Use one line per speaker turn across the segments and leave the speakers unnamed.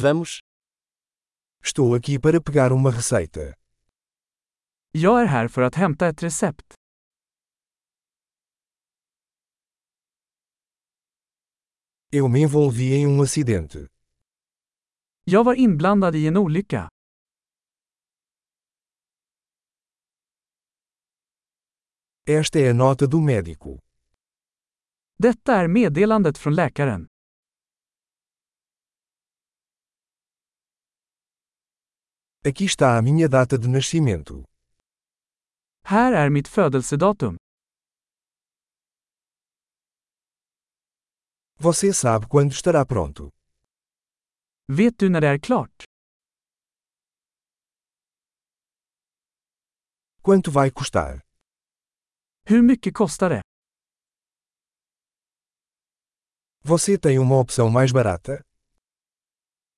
Vamos.
Estou aqui para pegar uma receita.
Jag är här för att hämta ett recept.
Eu me envolvi em um acidente.
Jag var inblandad i en olycka.
Esta é a nota do médico.
Detta är meddelandet från läkaren.
Aqui está a minha data de nascimento.
Här är mitt födelsedatum.
Você sabe quando estará pronto.
Vet du när det är klart?
Quanto vai custar?
Hur mycket kostar det?
Você tem uma opção mais barata?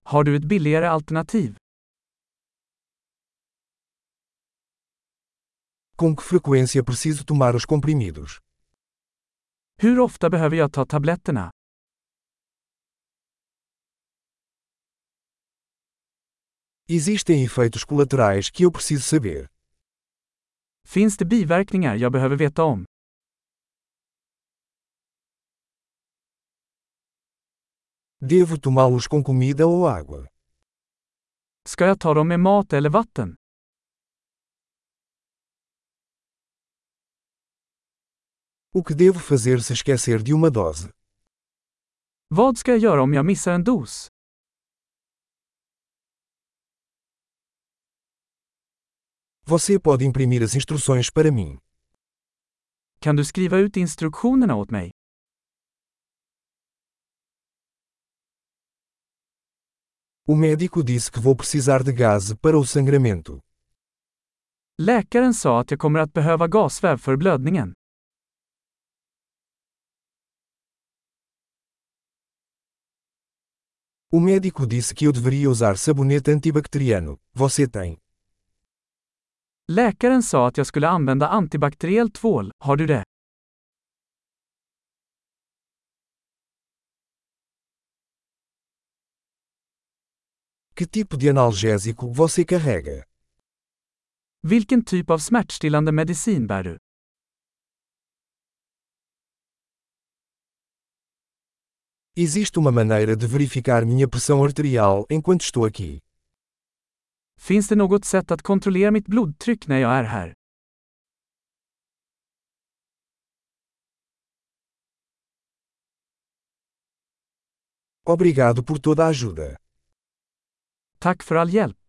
Har du ett billigare alternativ?
Com que frequência preciso tomar os comprimidos?
Hur ofta behöver jag ta tabletterna?
Existem efeitos colaterais que eu preciso saber.
Finns det biverkningar jag behöver veta om?
Devo tomá-los com comida ou água?
Ska jag ta dem med mat eller vatten?
O que devo fazer se esquecer de uma dose?
Vad ska jag göra om jag missar en dos?
Você pode imprimir as instruções para mim.
Kan du skriva ut instruktionerna åt mig?
O médico disse que vou precisar de gás para o sangramento.
Läkaren sa att jag kommer att behöva gasväv för blödningen.
O médico disse que eu deveria usar sabonete antibacteriano. Você tem?
Läkaren sa att jag skulle använda antibakteriell tvål, har du det?
Que tipo de analgésico você carrega?
Vilken typ av smärtstillande medicin bär du?
Existe uma maneira de verificar minha pressão arterial enquanto estou aqui.
Finns det något sätt att kontrollera mitt blodtryck när jag är här?
Obrigado por toda a ajuda.
Tack för all hjälp.